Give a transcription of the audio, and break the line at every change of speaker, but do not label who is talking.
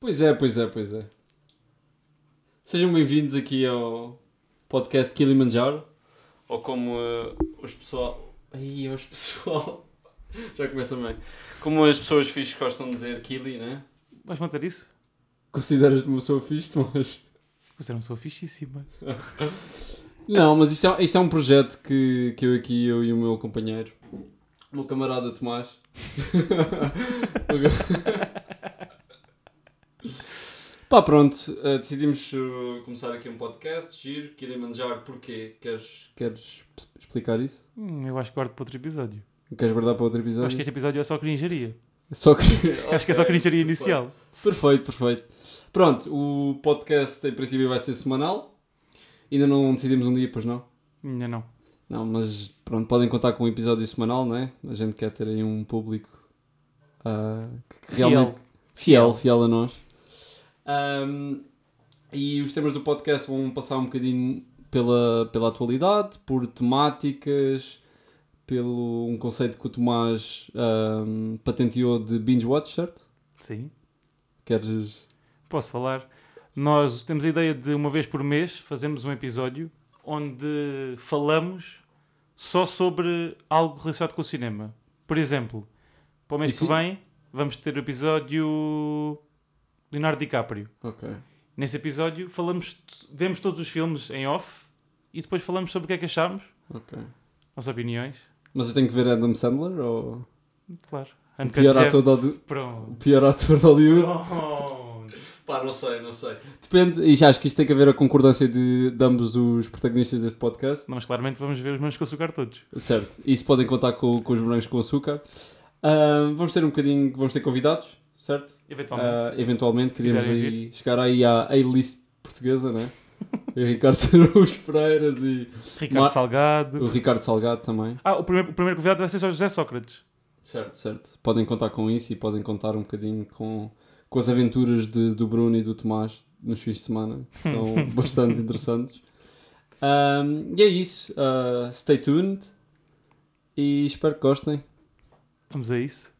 Pois é, pois é, pois é. Sejam bem-vindos aqui ao podcast Kilimanjaro. Ou como eh, os pessoal. Ai, é os pessoal. Já começa bem. Como as pessoas fixas gostam de dizer Kili, né?
Vais manter isso?
Consideras-te uma pessoa fixe, Tomás?
Você é uma pessoa fichíssima.
Não, mas isto é, isto é um projeto que, que eu aqui, eu e o meu companheiro, o meu camarada Tomás. Pá, pronto, eh, decidimos eh, começar aqui um podcast, giro, Kilimanjaro, porquê? Queres, queres explicar isso?
Hum, eu acho que guardo para outro episódio.
Queres guardar para outro
Eu
episódio?
acho que este episódio é só cringeria.
Só que...
Acho que é só
Ok,
cringeria
perfeito.
inicial.
Perfeito, perfeito. Pronto, o podcast em princípio vai ser semanal. Ainda não decidimos um dia, pois não?
Ainda não.
Não, mas pronto, podem contar com um episódio semanal, não é? A gente quer ter aí um público ah, que, que
Fiel.
realmente fiel, fiel a nós. Ahm, e os temas do podcast vão passar um bocadinho pela, pela atualidade, por temáticas, pelo um conceito que o Tomás ahm, patenteou de binge watch, certo?
Sim.
Queres.
Posso falar? Nós temos a ideia de uma vez por mês fazermos um episódio onde falamos só sobre algo relacionado com o cinema. Por exemplo, para o mês
E
que
se-
vem vamos ter o episódio Leonardo DiCaprio.
Ok.
Nesse episódio falamos, vemos todos os filmes em off e depois falamos sobre o que é que achámos,
Ok.
nossas opiniões.
Mas eu tenho que ver Adam Sandler ou.
Claro.
O pior, ator de Hollywood- o
Pronto.
pior ator de Hollywood?
Pronto.
Pá, não sei, não sei. Depende, e já acho que isto tem que haver a concordância de, de ambos os protagonistas deste podcast.
Não, mas claramente vamos ver os meus com açúcar todos.
Certo, isso podem contar com, com os morangos com açúcar. Ah, vamos ter um bocadinho, vamos ter convidados, certo?
Eventualmente.
Ah, eventualmente,
Se
queríamos
quiserem
aí, chegar aí à A-list portuguesa, né? E o Ricardo Araújo Pereiras e
Ricardo
Ma-
Salgado.
o Ricardo Salgado também.
Ah, o primeiro, o primeiro convidado vai ser só José Sócrates.
Certo, certo. Podem contar com isso e podem contar um bocadinho com, com as aventuras de- do Bruno e do Tomás nos fins de semana, que são bastante interessantes. Ahm, e é isso. Ah, stay tuned e espero que gostem.
Vamos a isso.